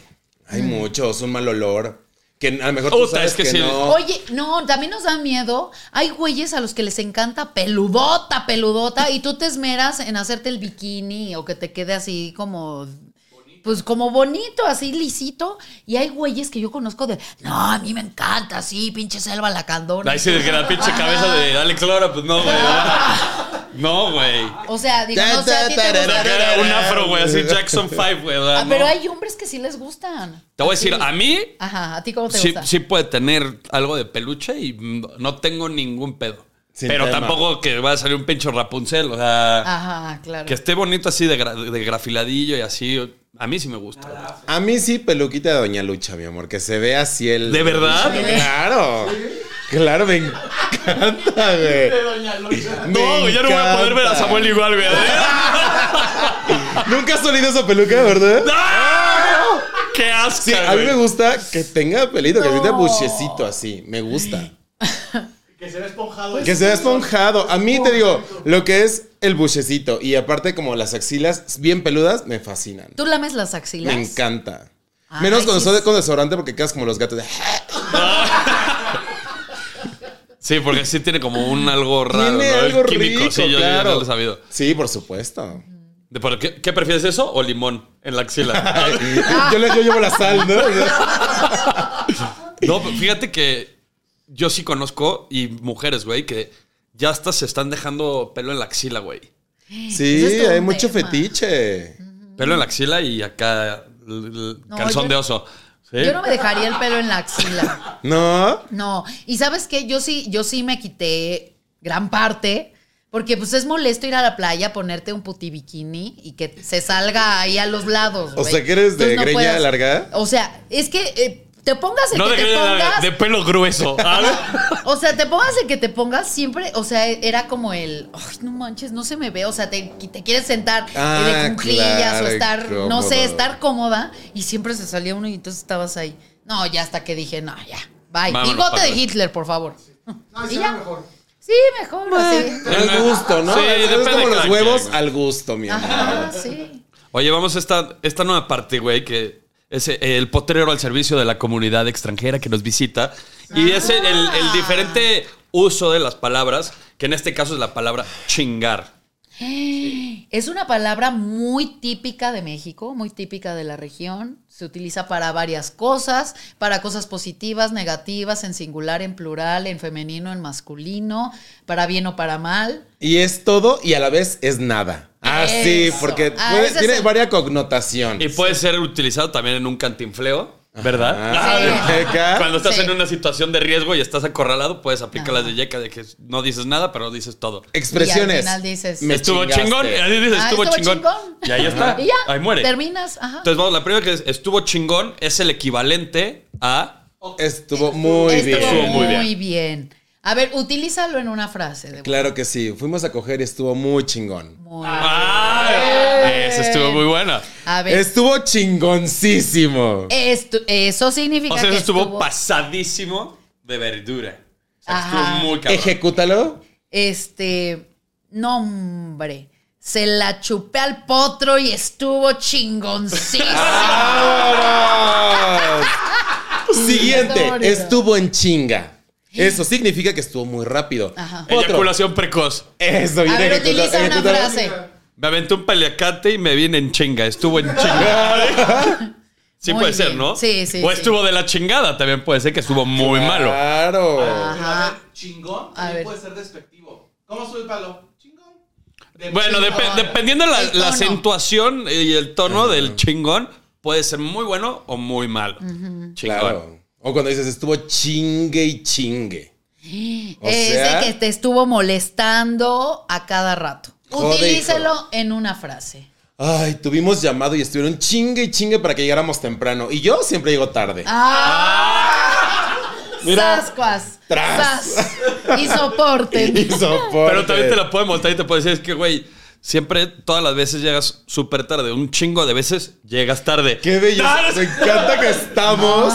B: Hay muchos, un mal olor. Que a lo mejor tú
A: Puta,
B: sabes
A: es que
B: que,
A: sí.
B: no.
C: Oye, no, también nos da miedo. Hay güeyes a los que les encanta peludota, peludota, y tú te esmeras en hacerte el bikini o que te quede así como. Pues como bonito, así lisito. Y hay güeyes que yo conozco de. No, a mí me encanta, sí, pinche selva la candona.
A: Ahí sí, de que la pinche cabeza de Alex Lora, pues no, güey. No, güey.
C: O sea, digo, no sé, a ti te
A: Era que
C: gusta.
A: era un afro, güey, así Jackson 5, güey. ¿verdad?
C: Ah, pero
A: No.
C: hay hombres que sí les gustan.
A: Te voy a decir,
C: Sí.
A: a mí
C: Ajá, ¿a ti cómo te
A: sí,
C: gusta?
A: sí puede tener algo de peluche y mm, no tengo ningún pedo.
B: Sin
A: pero
B: tema.
A: tampoco que va a salir un pincho Rapunzel, o sea...
C: Ah. Ajá, claro.
A: Que esté bonito así de, gra- de grafiladillo y así. A mí sí me gusta.
B: A mí sí, peluquita de Doña Lucha, mi amor, que se ve así el.
A: ¿De verdad?
B: Claro. Claro, me encanta, güey.
A: No,
B: Me
A: ya no voy a poder ver a
B: encanta.
A: Samuel igual, güey.
B: Nunca has olido esa peluca, ¿verdad?
A: ¡No! ¡Qué asco!
B: Sí, a mí
A: güey!
B: me gusta que tenga pelito, que tenga buchecito así. Me gusta.
D: Que se ve esponjado.
B: Que se vea esponjado. A mí te digo, lo que es el buchecito y aparte como las axilas bien peludas, me fascinan.
C: ¿Tú lames las axilas?
B: Me encanta.
C: Ay,
B: Menos cuando
C: sí.
B: soy de- con desodorante porque quedas como los gatos de...
A: Sí, porque sí tiene como un algo raro,
B: Tiene
A: ¿no? El
B: algo
A: químico,
B: rico,
A: sí, yo- yo, ya
B: claro.
A: lo he sabido.
B: Sí, por supuesto.
A: ¿De por qué, qué prefieres eso o limón en la axila?
C: Ah.
B: Yo, le- yo llevo la sal, ¿no?
A: no, pero fíjate que yo sí conozco y mujeres, güey, que ya hasta se están dejando pelo en la axila, güey.
B: Sí,
C: Ese es todo
B: hay
C: un
B: mucho
C: tema.
B: fetiche.
A: Pelo en la axila y acá l- l-
C: No,
A: calzón
C: yo-
A: de oso. ¿Sí?
C: Yo no me dejaría el pelo en la axila.
B: ¿No?
C: No, y sabes qué, yo sí, yo sí me quité gran parte, porque pues es molesto ir a la playa, ponerte un puti bikini y que se salga ahí a los lados.
B: O
C: güey.
B: sea, que eres de
C: Entonces, no
B: greña
C: puedas-
B: larga.
C: O sea, es que eh, te pongas el
A: No
C: que
A: de,
C: te pongas.
A: de pelo grueso.
C: O sea, te pongas el que te pongas siempre, o sea, era como el, ay, no manches, no se me ve, o sea, te, te quieres sentar eh,
B: Ah,
C: de cuclillas
B: claro,
C: o estar, no
B: cómodo.
C: sé, estar cómoda y siempre se salía uno y entonces estabas ahí. No, ya hasta que dije, no, ya, bye.
A: Vámonos,
C: Bigote de
A: padre.
C: Hitler, por favor.
D: No,
C: Y
D: sí,
C: ya.
D: mejor.
C: Sí, mejor así.
B: Al gusto, ¿no?
A: Sí,
B: es
A: depende
B: como
A: de
B: los
A: cada
B: huevos
A: quien.
B: al gusto, mi amor.
C: Ajá, sí.
A: Oye, vamos a esta, esta nueva parte, güey, que es eh, el potrero al servicio de la comunidad extranjera que nos visita. Y
C: Ah.
A: es el, el diferente uso de las palabras, que en este caso es la palabra chingar.
C: Es una palabra muy típica de México, muy típica de la región. Se utiliza para varias cosas, para cosas positivas, negativas, en singular, en plural, en femenino, en masculino, para bien o para mal.
B: Y es todo y a la vez es nada. Así,
C: Eso.
B: porque
C: Ah,
B: puede-
C: ese es
B: tiene
C: el-
B: varias connotaciones.
A: Y puede ser utilizado también en un cantinfleo, ¿verdad?
B: Ah,
C: Sí.
B: de Yeca.
A: Cuando estás
C: Sí.
A: en una situación de riesgo y estás acorralado, puedes aplicar las de Yeca, de que no dices nada, pero dices todo.
B: Expresiones.
C: Y al final dices-
A: estuvo
B: Eh, chingaste.
A: chingón. y así dices,
C: Ah,
A: estuvo, chingón. Y ahí está.
C: Y ya,
A: ahí muere.
C: Terminas, ajá.
A: Entonces, vamos, la primera que es estuvo chingón es el equivalente a
B: Estuvo muy bien.
C: Estuvo
A: Estuvo muy
C: muy
A: bien.
C: bien. A ver, utilízalo en una frase. de-
B: Claro que sí. Fuimos a coger y estuvo muy chingón.
C: Muy
A: ¡Ah!
C: Eh.
A: Esa estuvo muy buena.
C: A ver,
A: Ah.
B: Estuvo chingoncísimo.
C: estu- eso significa
A: O sea,
C: que
A: eso estuvo, pasadísimo de verdura. O sea,
C: Ajá.
A: estuvo muy cabrón.
B: Ejecútalo.
C: Este, nombre. Se la chupé al potro y estuvo chingoncísimo.
B: Ah, ¡Vámonos! Pues, Siguiente.
C: Está bonito.
B: Estuvo en chinga. Eso significa que estuvo muy rápido.
C: ¿Eh? Ajá.
B: Otro.
A: Eyaculación precoz.
B: Eso, bien
C: A ver,
B: ejecutado,
C: utiliza una
B: ejecutado.
C: frase.
A: Me aventé un paliacate y me vine en chinga. Estuvo en chinga. sí
C: Muy
A: puede ser,
C: bien.
A: ¿no?
C: Sí, sí,
A: O
C: sí.
A: estuvo de la chingada. También puede ser que estuvo muy malo.
B: Claro.
C: Ah.
D: Pero a ver,
C: A
D: chingón
C: ver.
D: también puede ser despectivo. ¿Cómo sube el palo? Chingón. De
A: Bueno,
D: chingón.
A: depe- dependiendo la,
C: El
A: la
C: tono.
A: acentuación y el tono del chingón, puede ser muy bueno o muy malo. Chingón.
B: Claro. O cuando dices, estuvo chingue y chingue. O
C: es
B: sea-
C: de que te estuvo molestando a cada rato.
B: Joder,
C: Utilícelo en una frase.
B: Ay, tuvimos llamado y estuvieron chingue y chingue para que llegáramos temprano. Y yo siempre llego tarde.
C: Ah,
B: Ah. Mira.
C: Sascuas.
B: Tras.
C: Sas. Y soporte.
B: Y soporte.
A: Pero también te lo podemos, también te puedo decir, es que, güey, siempre, todas las veces llegas súper tarde. Un chingo de veces llegas tarde.
B: Qué belleza. Me encanta que estamos.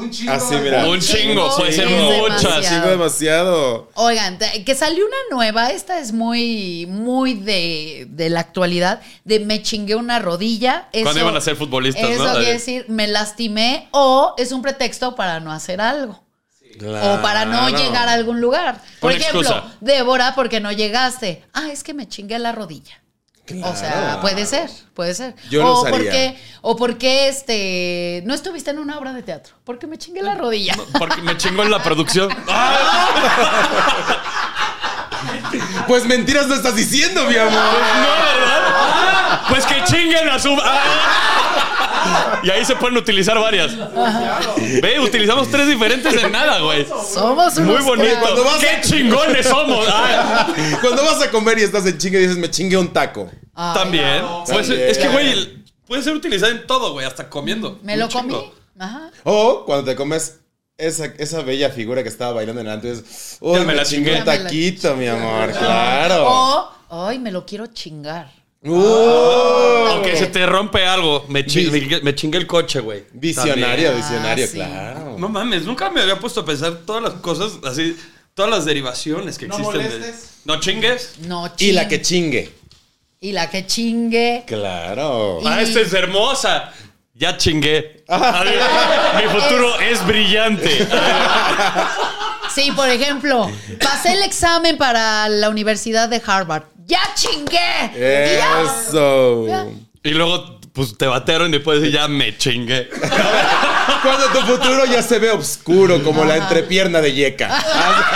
D: Un chingo.
B: Así, mira.
A: Un chingo, puede ser
C: Chingo es
A: muchas.
C: demasiado.
B: Chingo demasiado.
C: Oigan, te- que salió una nueva, esta es muy, muy de, de la actualidad, de me chingué una rodilla. Eso,
A: Cuando iban a ser futbolistas, ¿no?
C: Eso
A: La de-
C: quiere decir, me lastimé o es un pretexto para no hacer algo. O para no
B: Claro.
C: llegar a algún lugar. Por
A: Una
C: ejemplo,
A: excusa.
C: Débora, porque no llegaste. Ah, es que me chingué la rodilla. O sea,
B: Claro.
C: puede ser, puede ser.
B: Yo lo
C: o
B: usaría.
C: porque, o porque este no estuviste en una obra de teatro, porque me chingué la rodilla.
A: Porque me chingó en la producción. ¡Ah!
B: Pues mentiras no estás diciendo, mi amor.
C: Ah.
A: No, ¿verdad? Pues que chinguen a su. ¡Ah! Y ahí se pueden utilizar varias. Ve, utilizamos tres diferentes de nada, güey.
C: Somos
A: Muy
C: unos
A: bonito.
B: cuando vas
A: ¡Qué
B: a-
A: chingones somos! Ah,
B: Cuando vas a comer y estás en chingue, dices, me chingue un taco.
C: Ay,
A: También. Pues,
B: También.
A: es que, güey, puede ser utilizado en todo, güey, hasta comiendo.
C: Me
A: Un
C: lo
A: chingo.
C: comí. Ajá.
B: O cuando te comes esa, esa bella figura que estaba bailando en el antro, y dices, uy,
A: Ya me
B: me
A: la
B: chingue
A: chingué.
B: un taquito, mi amor. Claro.
C: O, ay, me lo quiero chingar.
B: Uh.
A: Aunque se te rompe algo, me, chi- me chingué, me chingué el coche, güey.
B: Visionario,
C: También.
B: visionario,
C: Ah, sí.
B: claro.
A: También. No mames, nunca me había puesto a pensar todas las cosas así, todas las derivaciones que
D: No
A: existen. de-
D: molestes.
A: no chingues.
C: No,
B: Y la
C: ching-
B: que chingue.
C: Y la que chingue.
B: Claro.
A: Ah, esta es hermosa. Ya chingué. A ver, mi futuro es brillante.
C: Sí, por ejemplo, pasé el examen para la Universidad de Harvard. ¡Ya chingué! ¡Ya!
B: Eso.
A: Y luego, pues te batearon y después ya me chingué.
B: Cuando tu futuro ya se ve oscuro, como la entrepierna de Yeka.
D: Andaba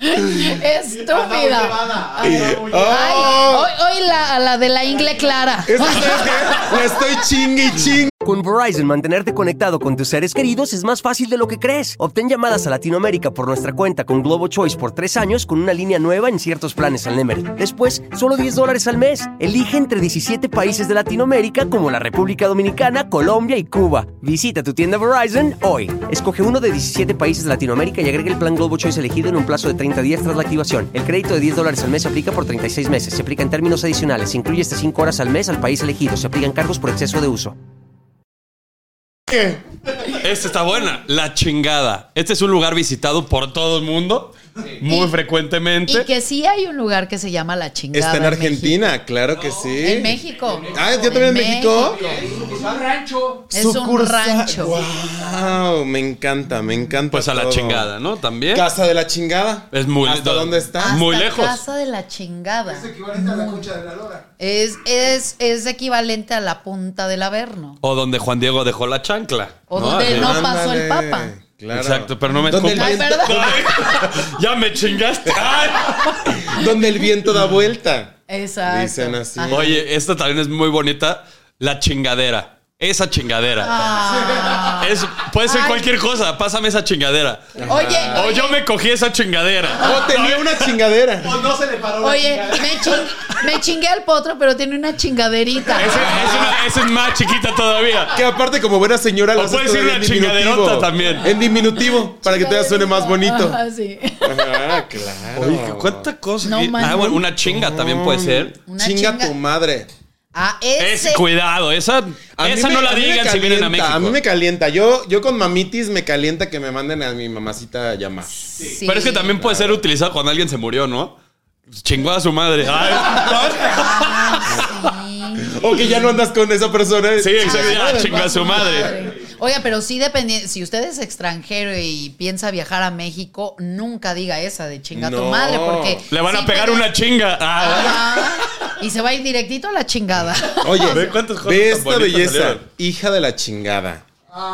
D: muy
C: ¡Estúpida!
D: llevada, andaba
B: oh.
D: muy llevada.
C: Ay, hoy, hoy la, la de la ingle clara.
B: Es que, ¿sabes qué? Le estoy chingue y chingue.
F: Con Verizon, mantenerte conectado con tus seres queridos es más fácil de lo que crees. Obtén llamadas a Latinoamérica por nuestra cuenta con Globo Choice por tres años con una línea nueva en ciertos planes al Nemery. Después, solo 10 dólares al mes. Elige entre 17 países de Latinoamérica como la República Dominicana, Colombia y Cuba. Visita tu tienda Verizon hoy. Escoge uno de 17 países de Latinoamérica y agrega el plan Globo Choice elegido en un plazo de 30 días tras la activación. El crédito de 10 dólares al mes se aplica por 36 meses. Se aplica en términos adicionales. Se incluye hasta 5 horas al mes al país elegido. Se aplican cargos por exceso de uso.
A: Esta está buena. La chingada. Este es un lugar visitado por todo el mundo. Muy
C: Y-
A: frecuentemente.
C: Y que sí hay un lugar que se llama La Chingada.
B: Está en
C: México.
B: Argentina, claro que sí.
C: En México.
B: Ah, ¿ya también en México?
D: Es un rancho.
C: Es un
B: Sucursal.
C: rancho.
B: Wow, me encanta, me encanta.
A: Pues a la
B: todo.
A: chingada, ¿no? También.
B: Casa de la chingada.
A: Es muy
B: ¿Hasta
A: do-
B: dónde está?
C: Hasta
A: Muy lejos.
C: Casa de la Chingada.
D: Es equivalente a la concha de la lora.
C: Es, es, es equivalente a la punta del Averno.
A: O donde Juan Diego dejó la chancla.
C: O donde
A: Así.
C: no pasó el
B: Ándale,
C: Papa.
B: Claro.
A: Exacto, pero no me
B: ¿Dónde el,
C: Ay,
A: escupas.
B: viento,
C: perdón.
A: Ay, ya me chingaste. Ay.
B: donde el viento da vuelta.
C: Exacto.
B: Dicen así.
C: Ajá.
A: Oye, esta también es muy bonita. La chingadera. Esa chingadera.
C: Ah.
D: Ah.
A: Es, puede ser
C: Ay.
A: cualquier cosa. Pásame esa chingadera.
C: Oye,
B: Oh,
A: O yo me cogí esa chingadera.
B: O Oh, tenía una chingadera.
D: O no se le paró la
C: Oye,
D: chingada.
C: me, chin- me chingué al potro, pero tiene una chingaderita.
A: Esa es, una- esa es más chiquita todavía.
B: Que aparte, como buena señora,
A: O
B: lo haces
A: puede ser
B: todavía
A: una
B: en diminutivo.
A: chingaderota también.
B: En diminutivo, para que te suene más bonito.
C: Ajá, sí.
B: Ajá, claro.
A: Oye, ¿cuánta cosa?
C: No,
A: Y-
C: man.
A: ah, bueno, una chinga también puede ser.
C: Una
B: chinga,
C: chinga-
B: tu madre.
C: Ah,
A: Es,
C: ese.
A: cuidado, esa,
B: A mí
A: esa
B: me-
A: no la
B: a mí me
A: digan si vienen a
B: calienta,
A: México.
B: A mí me calienta. Yo, yo con mamitis me calienta que me manden a mi mamacita a llamar.
C: Sí.
A: Pero es que también puede ser utilizado cuando alguien se murió, ¿no? Pues Chingó a su madre. Ay,
C: Sí.
B: O que ya no andas con esa persona.
A: sí, exacto. Ya chingó a su madre.
C: Ah, Oiga, pero sí depende. Si usted es extranjero y piensa viajar a México, nunca diga esa de chinga tu
B: No.
C: madre, porque.
A: Le van
C: sí
A: a pegar
C: puede-
A: una chinga. Ah.
C: Ajá. Y se va a ir directito a la chingada.
B: Oye,
A: Ve cuántas cosas
B: ve
A: tan
B: esta
A: bonitas
B: belleza.
A: salieron.
B: Hija de la chingada.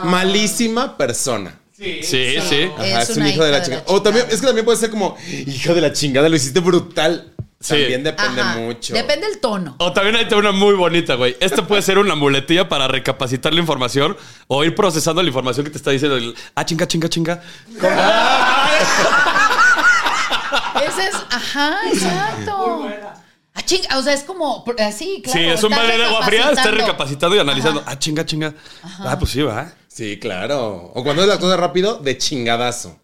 B: Malísima persona.
D: Sí.
A: Sí, sí.
C: Ah. Es
B: Ajá, es, un
C: una
B: hijo de la chingada. O también, es que también puede ser como, hija de la chingada, lo hiciste brutal.
A: Sí.
B: También depende
C: Ajá.
B: mucho.
C: Depende el tono.
A: O también ahí está una muy bonita, güey. Esta puede ser una muletilla para recapacitar la información o ir procesando la información que te está diciendo el. Ah, chinga, chinga, chinga.
C: Ese es, ajá, exacto. Ah, ching, o sea, es como pr- así, claro.
A: sí, es un
C: estás
A: balde de agua fría, estás
C: recapacitando.
A: recapacitando y analizando. Ah, chinga, chinga. Ah, pues sí, va.
B: Sí, claro. O cuando es la cosa rápido, de chingadazo.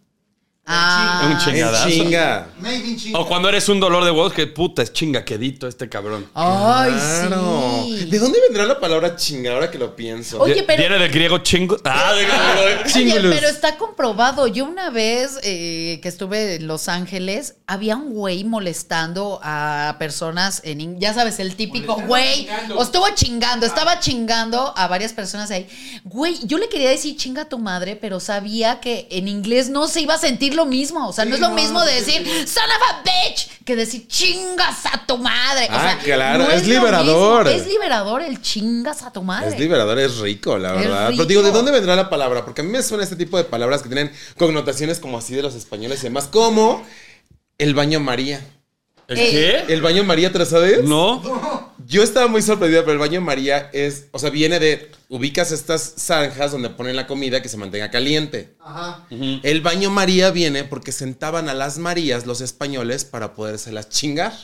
C: Ah,
A: Un
B: En
A: chingadazo.
B: chinga.
D: Made in China.
A: O cuando eres un dolor de huevos, que puta, es chingaquedito este cabrón.
C: Ay,
B: Claro.
C: sí.
B: ¿De dónde vendrá la palabra chinga ahora que lo pienso?
C: Oye,
A: Vie-
C: pero-
A: Viene del griego chingo. Ah, de-
C: Oye, pero está comprobado. Yo una vez eh, que estuve en Los Ángeles, había un güey molestando a personas en... in- Ya sabes, el típico
D: Molestando,
C: güey.
D: chingando. Ah.
C: O estuvo chingando, estaba chingando a varias personas ahí. Güey, yo le quería decir chinga a tu madre, pero sabía que en inglés no se iba a sentir lo mismo. O sea,
D: Sí,
C: no es lo
D: no,
C: mismo
D: no,
C: de
D: sí,
C: decir
D: sí,
C: son of a bitch que decir chingas a tu madre. O
B: Ah,
C: sea,
B: claro,
C: no
B: es
C: lo
B: liberador.
C: mismo. Es liberador el chingas a tu madre.
B: Es liberador, es rico, la
C: Es
B: verdad.
C: rico.
B: Pero digo, ¿de dónde vendrá la palabra? Porque a mí me suena este tipo de palabras que tienen connotaciones como así de los españoles y demás, como el baño María.
A: ¿El
C: Ey.
A: qué?
B: ¿El baño María, te lo sabes?
A: No.
B: Yo estaba muy sorprendida, pero el baño María es, o sea, viene de, ubicas estas zanjas donde ponen la comida que se mantenga caliente.
D: Ajá.
B: El baño María viene porque sentaban a las Marías los españoles para podérselas chingar.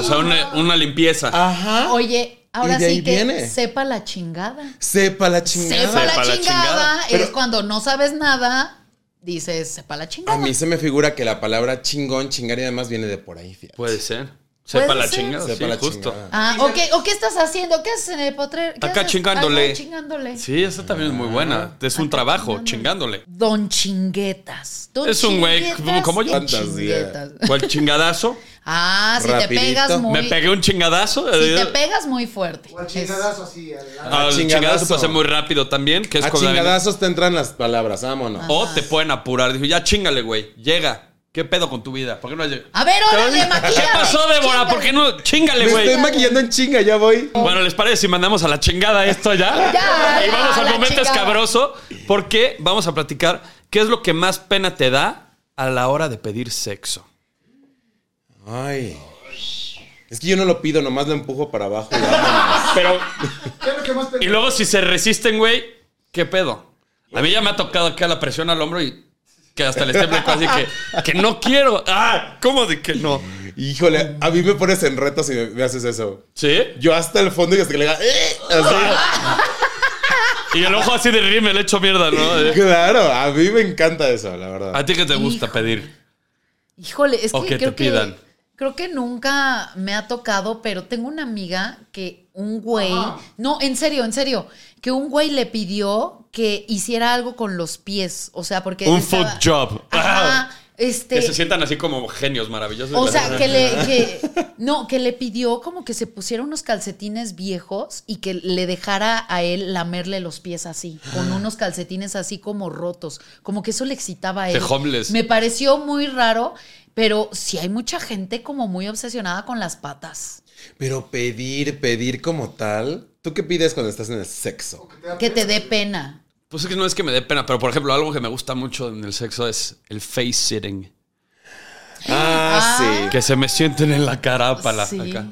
A: O sea, una, una limpieza.
C: Ah.
B: Ajá.
C: Oye, ahora
B: Ah, Y de
C: sí
B: ahí
C: que
B: viene.
C: sepa la chingada.
B: Sepa la
C: Sepa
B: chingada.
C: la
A: Sepa la
C: chingada,
A: chingada.
C: es
B: Pero-
C: cuando no sabes nada, dices sepa la
B: A
C: chingada.
B: mí se me figura que la palabra chingón, chingar y además viene de por ahí, fíjate.
A: Puede ser. Sepa
C: Puede
A: la
C: ser.
A: chingada.
B: Sepa
A: sí,
B: la
A: justo.
B: chingada.
C: Ah, ok, ¿o qué estás haciendo? ¿Qué haces en el potrero? ¿Qué
A: Acá
C: haces?
A: chingándole.
C: Acá chingándole.
A: Sí, esa también es muy buena. Es un trabajo, chingándole.
C: Don chinguetas. Don
A: Es un güey
C: chinguetas
A: como- como yo.
C: y
B: Fantasía.
C: chinguetas.
A: ¿Cuál chingadazo?
C: Ah, si
B: Rapidito.
C: te pegas muy
A: Me pegué un chingadazo.
C: Si
A: eh,
C: te pegas muy fuerte.
D: O al
C: Es-
D: chingadazo así. al- al-
A: al chingadazo,
B: A Ah, chingadazo. Ah,
A: pasa muy rápido también, que es
B: A
A: cuando la- Ah.
B: chingadazos te entran las palabras, vámonos.
A: O te pueden apurar. Dijo, ya chingale, güey. Llega. ¿Qué pedo con tu vida? ¿Por qué no has llegado?
C: A ver, órale,
A: ¿Qué
C: maquillate.
A: pasó, Débora? ¿Por qué no? Chingale,
B: me estoy
A: güey.
B: maquillando en chinga, ya voy.
A: Bueno, ¿les parece si mandamos a la chingada esto ya?
C: Ya,
A: Y vamos
C: ya,
A: al
C: la
A: momento
C: chingada.
A: escabroso, porque vamos a platicar qué es lo que más pena te da a la hora de pedir sexo.
B: Ay. Es que yo no lo pido, nomás lo empujo para abajo. y vámonos.
A: Pero
D: ¿Qué es lo que más
A: Y luego si se resisten, güey, ¿qué pedo? A mí ya me ha tocado acá la presión al hombro y que hasta el estembro así que, que no quiero. Ah, ¿cómo de que no?
B: Híjole, a mí me pones en retos y me, me haces eso.
A: ¿Sí?
B: Yo hasta el fondo y hasta que le diga, ¡eh! Así.
A: Y el ojo así de ríe me le echo mierda, ¿no? Eh,
B: claro, a mí me encanta eso, la verdad.
A: ¿A ti qué te gusta
C: Hijo.
A: pedir?
C: Híjole, es que,
A: O que te
C: creo
A: pidan.
C: que creo que nunca me ha tocado, pero tengo una amiga que un güey, no, en serio, en serio, que un güey le pidió que hiciera algo con los pies, o sea, porque
A: Un foot job.
C: Ajá, este
A: Que se sientan así como genios maravillosos.
C: o sea, que le que- no, que le pidió como que se pusiera unos calcetines viejos y que le dejara a él lamerle los pies así,
A: Ah.
C: con unos calcetines así como rotos, como que eso le excitaba a él.
A: De homeless.
C: Me pareció muy raro, pero sí hay mucha gente como muy obsesionada con las patas.
B: Pero pedir, pedir como tal. ¿Tú qué pides cuando estás en el sexo?
C: Que te dé pena.
A: Pues es que no es que me dé pena, pero por ejemplo, algo que me gusta mucho en el sexo es el face sitting.
B: Ah, sí.
A: Que se me sienten en la carapala
C: Sí.
A: acá.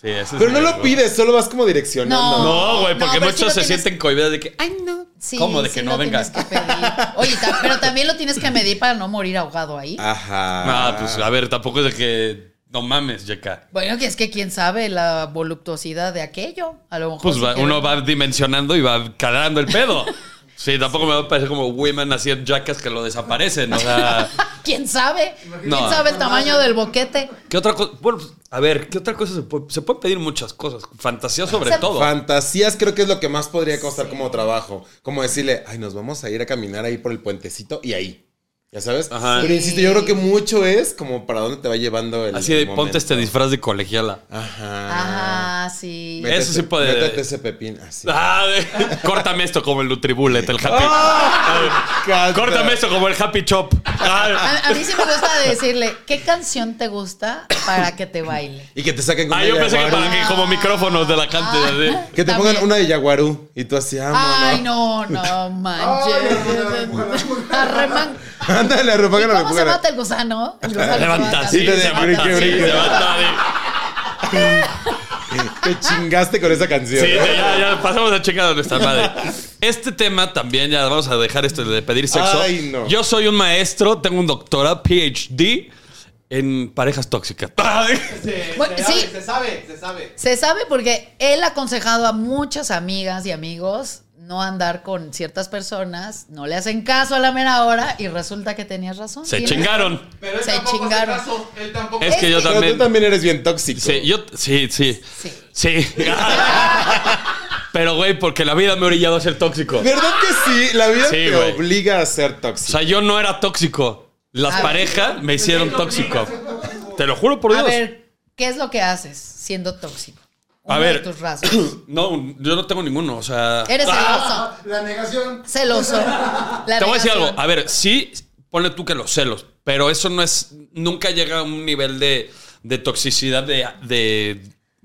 A: Sí, eso es
B: Pero no lo
A: rico.
B: pides, solo vas como direccionando.
C: No.
A: No, güey, porque
C: No, pero sí
A: muchos
C: lo
A: se
C: tienes-
A: sienten cohibidos de que, ay, no.
C: Sí,
A: ¿Cómo de
C: sí
A: que
C: lo
A: no venga?
C: tienes que pedir. Oye, ta- pero también lo tienes que medir para no morir ahogado ahí.
B: Ajá.
A: Ah, pues a ver, tampoco es de que no mames, Yeka.
C: Bueno, que es que quién sabe la voluptuosidad de aquello. A lo mejor
A: Pues
C: se
A: va-
C: queda-
A: uno va dimensionando y va calando el pedo. Sí, tampoco me va a parecer como women así en jackas que lo desaparecen. O sea,
C: ¿Quién sabe? ¿Quién
A: No.
C: sabe el tamaño del boquete?
A: ¿qué otra cosa? Bueno, pues, a ver, ¿qué otra cosa se puede? Se pueden pedir muchas cosas. Fantasía sobre
C: Se-
A: todo.
B: Fantasías creo que es lo que más podría costar como trabajo. Como decirle, ay, nos vamos a ir a caminar ahí por el puentecito y ahí. ¿Ya sabes?
A: Ajá.
B: Pero insisto, yo creo que mucho es como para dónde te va llevando el.
A: así de
B: momento.
A: ponte este disfraz de colegiala.
B: Ajá.
C: Ah, sí.
B: Métete-
A: Eso sí puede-
B: Métete ese pepín así.
A: Ah, de- córtame esto como el Nutribullet, el Happy.
B: Ah, Canta.
A: córtame esto como el Happy Chop. Ah,
C: A, a mí sí me gusta decirle, ¿qué canción te gusta para que te baile?
B: Y que te saquen con
A: Ah,
B: una
A: yo pensé que
B: yaguarú.
A: para que como micrófonos de la cante.
C: Ah.
A: así.
B: Que te
C: También.
B: pongan una de Yaguarú y tú así, amo.
C: Ay, no, no
D: Ay,
C: manches.
D: arremangar, arremangar.
C: Arreman-
B: Ándale, repúgala,
C: ¿Cómo se
B: repúgala.
C: mata el gusano? El gusano se
A: Levanta
C: mata.
A: así,
B: Sí,
A: se
B: brinque,
A: mata así,
B: brinque.
A: se mata así.
B: Te chingaste con esa canción.
A: Sí, sí, ya, ya, pasamos a checar a nuestra madre. Este tema también, ya vamos a dejar esto de pedir sexo.
B: Ay, no.
A: Yo soy un maestro, tengo un doctorado, PhD, en parejas tóxicas. Este,
C: Bueno, sí,
G: Se sabe, se sabe.
C: se sabe porque él ha aconsejado a muchas amigas y amigos no andar con ciertas personas, no le hacen caso a la mera hora y resulta que tenías razón.
A: Se
C: Tienes-
A: chingaron.
G: Pero él
C: Se
G: tampoco
C: chingaron.
G: hace caso. Él tampoco.
A: Es que yo
B: Pero tú
A: también.
B: también eres bien tóxico.
A: Sí, yo. Sí, sí.
C: Sí.
A: Sí. Pero, güey, porque la vida me ha orillado a ser tóxico. O
B: ¿Verdad que sí? La vida
A: Sí,
B: te
A: güey.
B: obliga a ser tóxico.
A: sea, yo no era tóxico. Las
C: A ver.
A: parejas me hicieron tóxico. Te lo juro por
C: A
A: Dios.
C: ver, ¿qué es lo que haces siendo tóxico?
A: A
C: Uno
A: ver.
C: De tus rasgos.
A: No, yo no tengo ninguno. O sea. Ah,
C: Eres celoso.
D: La negación.
C: Celoso. La
A: Te voy a decir algo.
C: negación.
A: A ver, sí, ponle tú que los celos, pero eso no es. Nunca llega a un nivel de, de toxicidad de. de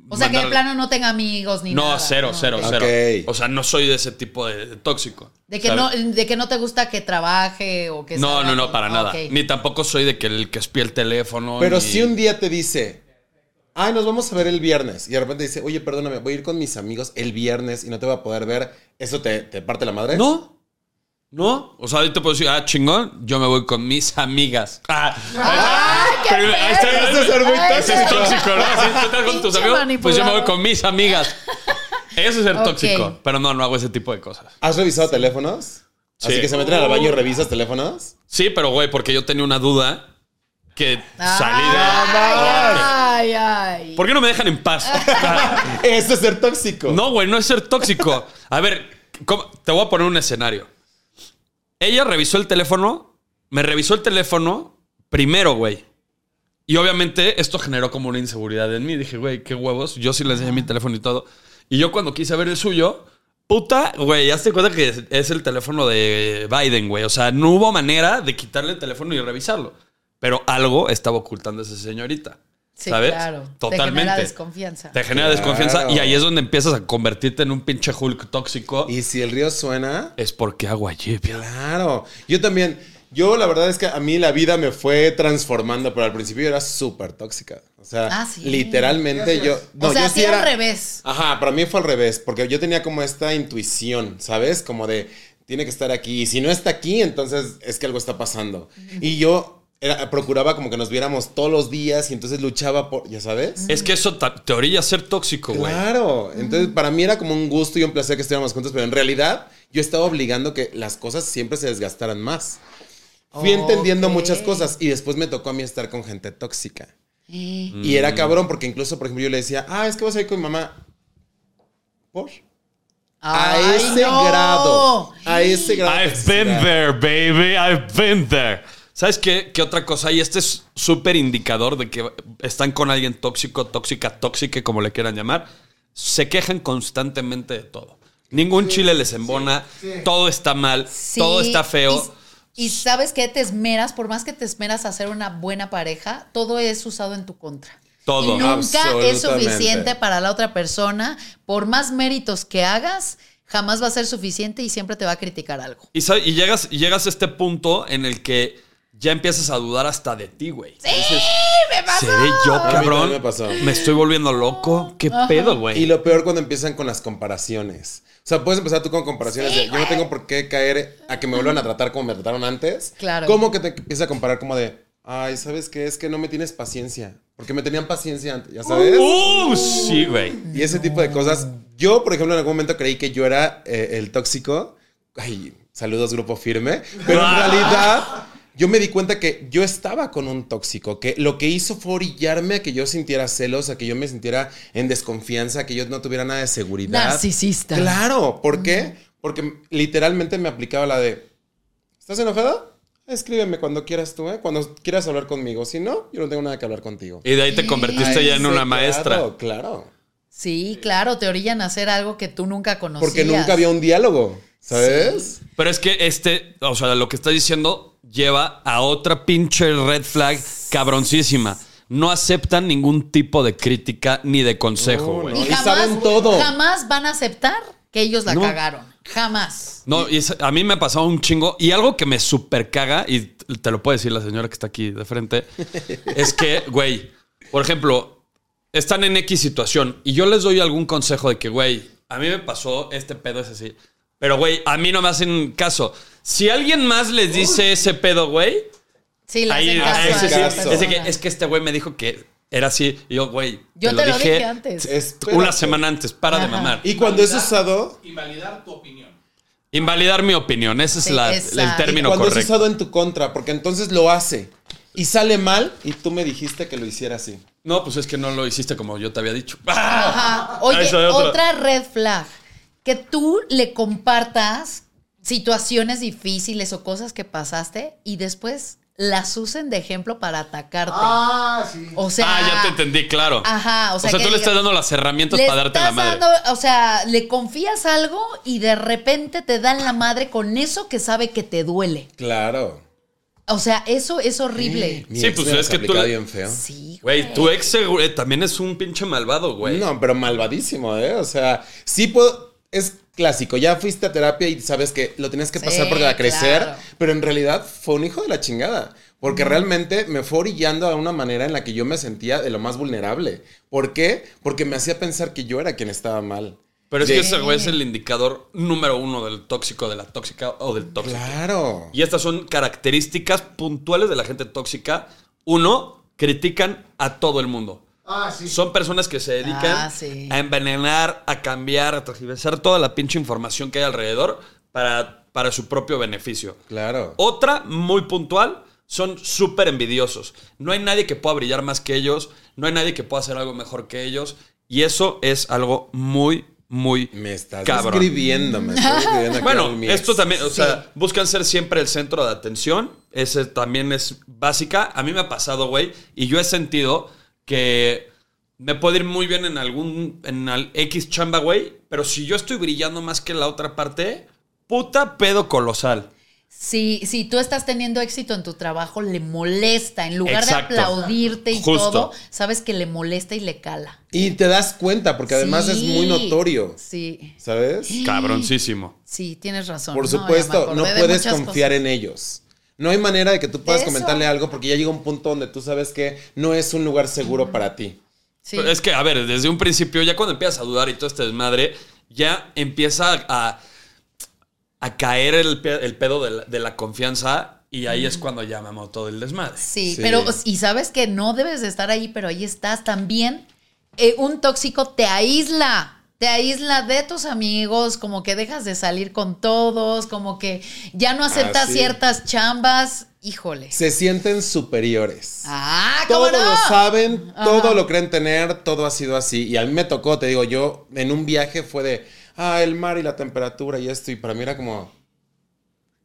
C: O sea, que de
A: mandarle-
C: plano no tenga amigos ni
A: No,
C: nada.
A: cero, cero,
C: ok.
A: cero.
B: Ok.
A: O sea, no soy de ese tipo de, de tóxico.
C: De que, no,
A: ¿sabes?
C: de que no te gusta que trabaje o que...
A: No,
C: salga
A: no, no,
C: con-
A: para
C: Ah,
A: nada.
C: ok.
A: Ni tampoco soy de que el que espía el teléfono.
B: Pero
A: ni-
B: si un día te dice, ay, nos vamos a ver el viernes, y de repente dice, oye, perdóname, voy a ir con mis amigos el viernes y no te voy a poder ver, ¿eso te, te parte la madre?
A: No. No. O sea, ahí te puedo decir, ah, chingón, yo me voy con mis amigas. Ah,
C: ¡Ay, qué
A: Pero ahí está,
C: feo!
A: eso es
B: ser muy
C: Ay,
A: Ese es
C: qué feo.
A: tóxico, ¿no? Si tú estás con tus
C: Pinche
A: amigos, pues yo me voy
C: manipulado.
A: con mis amigas. Eso es el
C: Ok.
A: tóxico. Pero no, no hago ese tipo de cosas.
B: ¿Has revisado teléfonos?
A: Sí.
B: Así que se meten al baño y revisas teléfonos.
A: Sí, pero güey, porque yo tenía una duda que salí de.
C: Ah, Ay, ay, ay.
A: ¿Por qué no me dejan en paz?
B: Eso es ser tóxico.
A: no, güey, no es ser tóxico. A ver, ¿cómo? te voy a poner un escenario. Ella revisó el teléfono, me revisó el teléfono primero, güey. Y obviamente esto generó como una inseguridad en mí. Dije, güey, qué huevos. Yo sí le enseñé mi teléfono y todo. Y yo cuando quise ver el suyo, puta, güey, ya te cuenta que es- es el teléfono de Biden, güey. O sea, no hubo manera de quitarle el teléfono y revisarlo. Pero algo estaba ocultando esa señorita.
C: Sí,
A: ¿Sabes?
C: claro. Te
A: Totalmente.
C: genera desconfianza.
A: Te genera
B: Claro.
A: desconfianza y ahí es donde empiezas a convertirte en un pinche Hulk tóxico.
B: Y si el río suena,
A: es porque agua lleva.
B: claro. Yo también, yo la verdad es que a mí la vida me fue transformando, pero al principio yo era súper tóxica. O sea,
C: Ah, sí.
B: literalmente yo...
C: o sea,
B: yo
C: sí al revés.
B: Ajá, para mí fue al revés, porque yo tenía como esta intuición, ¿sabes? Como de, tiene que estar aquí, y si no está aquí, entonces es que algo está pasando. Y yo era- procuraba como que nos viéramos todos los días y entonces luchaba por, ¿ya sabes?
A: Es que eso ta- te orilla a ser tóxico, güey.
B: Claro, entonces para mí era como un gusto y un placer que estuviéramos juntos, pero en realidad yo estaba obligando que las cosas siempre se desgastaran más. Fui entendiendo
C: Ok.
B: muchas cosas y después me tocó a mí estar con gente tóxica. Y era cabrón porque incluso, por ejemplo, yo le decía, ah, es que vas a ir con mi mamá. ¿Por? A
C: Ay,
B: ese
C: no.
B: grado. A ese grado. de
A: I've
B: toxicidad.
A: been there, baby. I've been there. ¿Sabes qué? ¿Qué otra cosa? Y este es súper indicador de que están con alguien tóxico, tóxica, tóxica, como le quieran llamar. Se quejan constantemente de todo. Ningún chile les embona. Todo está mal.
C: Sí,
A: todo está feo.
C: Y, y sabes qué te esmeras, por más que te esmeras a ser una buena pareja, todo es usado en tu contra.
A: Todo,
C: Y nunca es
B: absolutamente.
C: suficiente para la otra persona. Por más méritos que hagas, jamás va a ser suficiente y siempre te va a criticar algo.
A: Y, sabe- y llegas, y llegas a este punto en el que ya empiezas a dudar hasta de ti, güey. Dices, ¿Seré yo,
B: mí
A: cabrón?
B: también me pasó.
A: Me estoy volviendo loco. ¿Qué pedo,
B: Y
A: güey?
B: lo peor cuando empiezan con las comparaciones. O sea, puedes empezar tú con comparaciones de yo no tengo por qué caer a que me vuelvan a tratar como me trataron antes.
C: Claro.
B: Como que te empieza a comparar como de, ay, ¿sabes qué? Es que no me tienes paciencia. Porque me tenían paciencia antes, ¿ya sabes?
A: ¡Uh! Sí, güey.
B: Y ese tipo de cosas. Yo, por ejemplo, en algún momento creí que yo era eh, el tóxico. Ay, saludos, grupo firme. Pero
A: Ah.
B: en realidad, yo me di cuenta que yo estaba con un tóxico, que lo que hizo fue orillarme a que yo sintiera celos, a que yo me sintiera en desconfianza, a que yo no tuviera nada de seguridad.
C: Narcisista.
B: Claro, ¿por qué? Porque literalmente me aplicaba la de, ¿estás enojado? Escríbeme cuando quieras tú, ¿eh? cuando quieras hablar conmigo. Si no, yo no tengo nada que hablar contigo.
A: Y de ahí te convertiste
B: Ay,
A: ya en
B: sí,
A: una
B: claro,
A: maestra.
B: Claro.
C: Sí, claro, te orillan a hacer algo que tú nunca conocías.
B: Porque nunca había un diálogo, ¿sabes?
A: Pero es que este, o sea, lo que estás diciendo lleva a otra pinche red flag cabroncísima. No aceptan ningún tipo de crítica ni de consejo, güey.
B: Y saben todo.
C: Jamás van a aceptar que ellos la
A: No.
C: cagaron. Jamás.
A: No, y es- a mí me ha pasado un chingo. Y algo que me super caga, y te lo puede decir la señora que está aquí de frente, es que, güey, por ejemplo, están en X situación y yo les doy algún consejo de que, güey, a mí me pasó este pedo, es así. Pero, güey, a mí no me hacen caso. Si alguien más les dice ese pedo, güey,
C: Sí, la
A: ahí
C: hacen caso
A: ah, ese
C: a
A: sí,
C: la
B: caso.
A: ese que,
C: persona.
A: es que este güey me dijo que era así. Y yo, güey,
C: Yo te lo dije antes.
B: Espérate.
A: Una semana antes, para de
C: Ajá.
A: mamar.
B: Y cuando es usado,
G: Invalidar tu opinión.
A: Invalidar mi opinión, ese es
C: Sí,
A: la- el
C: exacto.
A: término
B: cuando es
A: correcto.
B: usado en tu contra, porque entonces lo hace y sale mal y tú me dijiste que lo hiciera así.
A: No, pues es que no lo hiciste como yo te había dicho.
C: Ajá. Oye,
A: Ah, Eso, otra.
C: otra red flag. Que tú le compartas situaciones difíciles o cosas que pasaste y después las usen de ejemplo para atacarte.
D: Ah, sí.
C: O sea.
A: ah, ya te entendí, claro.
C: Ajá, o sea,
A: tú
C: que
A: le estás
C: digas-
A: dando las herramientas
C: le
A: para darte la
C: estás
A: madre.
C: dando- o sea, le confías algo y de repente te dan la madre con eso que sabe que te duele.
B: Claro.
C: O sea, eso es horrible.
A: Sí, pues, es que tú le-
B: bien feo.
C: Sí, Mm.
A: Güey, tu ex eh, güey, también es un pinche malvado, güey.
B: No, pero malvadísimo, ¿eh? O sea, sí puedo. Es clásico. Ya fuiste a terapia y sabes que lo tenías que
C: Sí,
B: pasar porque a crecer.
C: claro.
B: Pero en realidad fue un hijo de la chingada. Porque realmente me fue orillando a una manera en la que yo me sentía de lo más vulnerable. ¿Por qué? Porque me hacía pensar que yo era quien estaba mal.
A: Pero es
B: De-
A: que ese güey es el indicador número uno del tóxico, de la tóxica o del tóxico.
B: Claro.
A: Y estas son características puntuales de la gente tóxica. Uno, critican a todo el mundo.
D: Ah, sí.
A: Son personas que se dedican
C: Ah, sí.
A: a envenenar, a cambiar, a transversar toda la pinche información que hay alrededor para, para su propio beneficio.
B: Claro.
A: Otra muy puntual son súper envidiosos. No hay nadie que pueda brillar más que ellos, no hay nadie que pueda hacer algo mejor que ellos. Y eso es algo muy, muy
B: Me estás
A: cabrón.
B: describiendo, me estás describiendo. aquí a
A: Bueno,
B: mi ex.
A: esto también, o sea, buscan ser siempre el centro de atención. Ese también es básica. A mí me ha pasado, güey, y yo he sentido que me puede ir muy bien en algún, en al X chamba, güey, pero si yo estoy brillando más que la otra parte, puta pedo colosal.
C: Si, si tú estás teniendo éxito en tu trabajo, le molesta. En lugar
A: Exacto.
C: de aplaudirte y
A: Justo.
C: todo, sabes que le molesta y le cala.
B: Y te das cuenta, porque además es muy
C: Sí.
B: notorio.
C: Sí,
B: ¿Sabes?
A: Cabroncísimo.
C: sí, tienes razón.
B: Por
C: No, ya me
B: supuesto,
C: acordé
B: no
C: de
B: puedes
C: muchas
B: confiar
C: cosas.
B: en ellos. No hay manera de que tú puedas
C: eso.
B: comentarle algo porque ya llega un punto donde tú sabes que no es un lugar seguro para ti.
C: Sí.
A: Pero Es que, a ver, desde un principio, ya cuando empiezas a dudar y todo este desmadre, ya empieza a, a caer el, pe- el pedo de la, de la confianza y ahí es cuando ya mamó todo el desmadre.
C: Sí,
B: Sí.
C: pero y sabes que no debes de estar ahí, pero ahí estás también. eh, un tóxico te aísla, te aísla de tus amigos, como que dejas de salir con todos, como que ya no aceptas
B: sí.
C: ciertas chambas. Híjole.
B: Se sienten superiores.
C: Ah, ¿cómo
B: todo lo
C: no?
B: saben, todo lo creen tener, todo ha sido así. Y a mí me tocó, te digo, yo en un viaje fue de, ah, el mar y la temperatura y esto. Y para mí era como,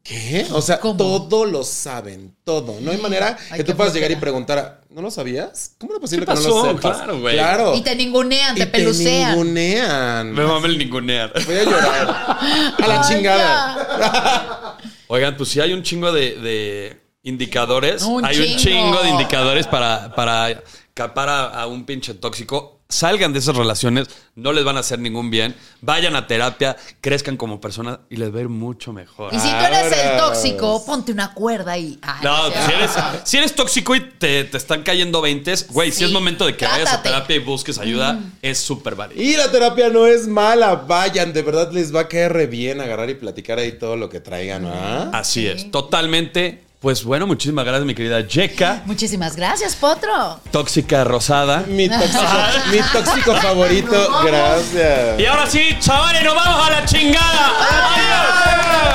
B: ¿qué? O sea,
C: ¿Cómo?
B: todo lo saben, todo. No hay manera
C: Ay,
B: que
C: qué
B: tú puedas llegar y
C: flojera.
B: preguntar, ¿no lo sabías? ¿Cómo era posible
A: ¿Qué
B: que no lo
A: pasó?
B: sepas?
A: Claro, güey.
B: Claro.
C: Y te ningunean, te pelucean.
B: ningunean.
A: Me mame el ningunear.
B: Voy a llorar. A la
C: Ay,
B: chingada.
C: ya.
A: Oigan, pues sí hay un chingo de, de indicadores.
C: Un
A: hay un
C: chingo.
A: chingo de indicadores para, para capar a, a un pinche tóxico. Salgan de esas relaciones, no les van a hacer ningún bien. Vayan a terapia, crezcan como personas y les va a ir mucho mejor.
C: Y si tú eres el
B: Vámonos.
C: tóxico, ponte una cuerda y. Ay,
A: No,
C: o
A: pues,
C: sea,
A: si eres, si eres tóxico y te, te están cayendo veintes, güey, si
C: Sí.
A: es momento de que vayas a
C: Trátate.
A: terapia y busques ayuda, es súper válido.
B: Y la terapia no es mala. Vayan, de verdad les va a caer re bien agarrar y platicar ahí todo lo que traigan, ¿ah?
A: Así es, totalmente. Pues bueno, muchísimas gracias, mi querida Yeka,
C: Muchísimas gracias, Potro.
A: tóxica rosada.
B: Mi tóxico, mi tóxico favorito, gracias.
A: Y ahora sí, chavales, nos vamos a la chingada.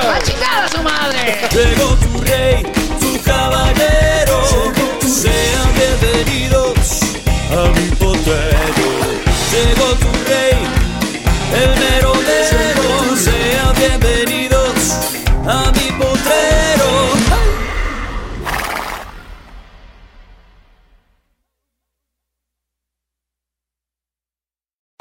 C: ¡Va a chingar a ¡Ah, su madre!
E: Llegó tu rey, tu caballero. Sean bienvenidos a mi potrero. Llegó tu rey, el merodero. Sean bienvenidos a mi potrero.